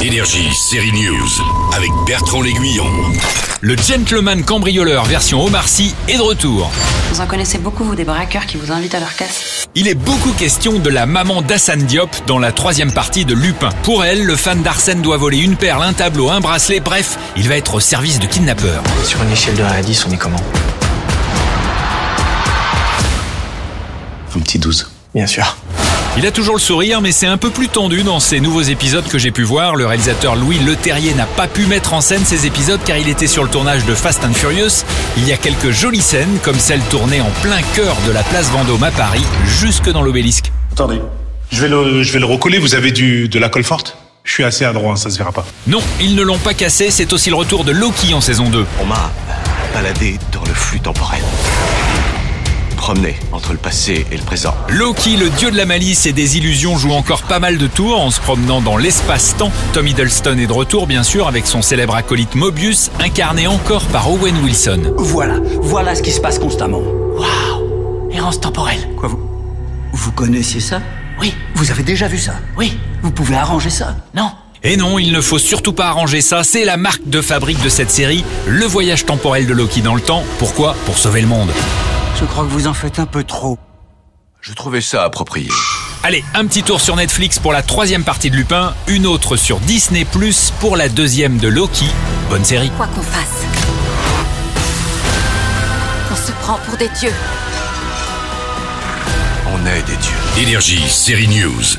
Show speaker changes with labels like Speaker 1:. Speaker 1: Énergie, série news, avec Bertrand L'Aiguillon.
Speaker 2: Le gentleman cambrioleur version Omar Sy est de retour.
Speaker 3: Vous en connaissez beaucoup, vous, des braqueurs qui vous invitent à leur casse
Speaker 2: Il est beaucoup question de la maman d'Assane Diop dans la troisième partie de Lupin. Pour elle, le fan d'Arsène doit voler une perle, un tableau, un bracelet, bref, il va être au service de kidnappeurs.
Speaker 4: Sur une échelle de 1 à 10, on est comment
Speaker 5: Un petit 12.
Speaker 4: Bien sûr.
Speaker 2: Il a toujours le sourire, mais c'est un peu plus tendu dans ces nouveaux épisodes que j'ai pu voir. Le réalisateur Louis Leterrier n'a pas pu mettre en scène ces épisodes car il était sur le tournage de Fast and Furious. Il y a quelques jolies scènes, comme celle tournée en plein cœur de la place Vendôme à Paris, jusque dans l'obélisque.
Speaker 6: Attendez. Je vais le, je vais le recoller. Vous avez du, de la colle forte Je suis assez adroit, ça se verra pas.
Speaker 2: Non, ils ne l'ont pas cassé, c'est aussi le retour de Loki en saison 2.
Speaker 7: On m'a baladé dans le flux temporel. Promené entre le passé et le présent.
Speaker 2: Loki, le dieu de la malice et des illusions, joue encore pas mal de tours en se promenant dans l'espace-temps. Tom Hiddleston est de retour, bien sûr, avec son célèbre acolyte Mobius, incarné encore par Owen Wilson.
Speaker 8: Voilà, voilà ce qui se passe constamment.
Speaker 9: Waouh Errance temporelle.
Speaker 8: Quoi, vous Vous connaissiez ça
Speaker 9: Oui,
Speaker 8: Vous avez déjà vu ça
Speaker 9: oui,
Speaker 8: Vous pouvez arranger ça
Speaker 9: non.
Speaker 2: Et non, il ne faut surtout pas arranger ça, c'est la marque de fabrique de cette série, le voyage temporel de Loki dans le temps. Pourquoi Pour sauver le monde.
Speaker 8: Je crois que vous en faites un peu trop.
Speaker 7: Je trouvais ça approprié.
Speaker 2: Allez, un petit tour sur Netflix pour la troisième partie de Lupin, une autre sur Disney ⁇ pour la deuxième de Loki. Bonne série.
Speaker 10: Quoi qu'on fasse, on se prend pour des dieux.
Speaker 7: On est des dieux.
Speaker 1: Énergie, série news,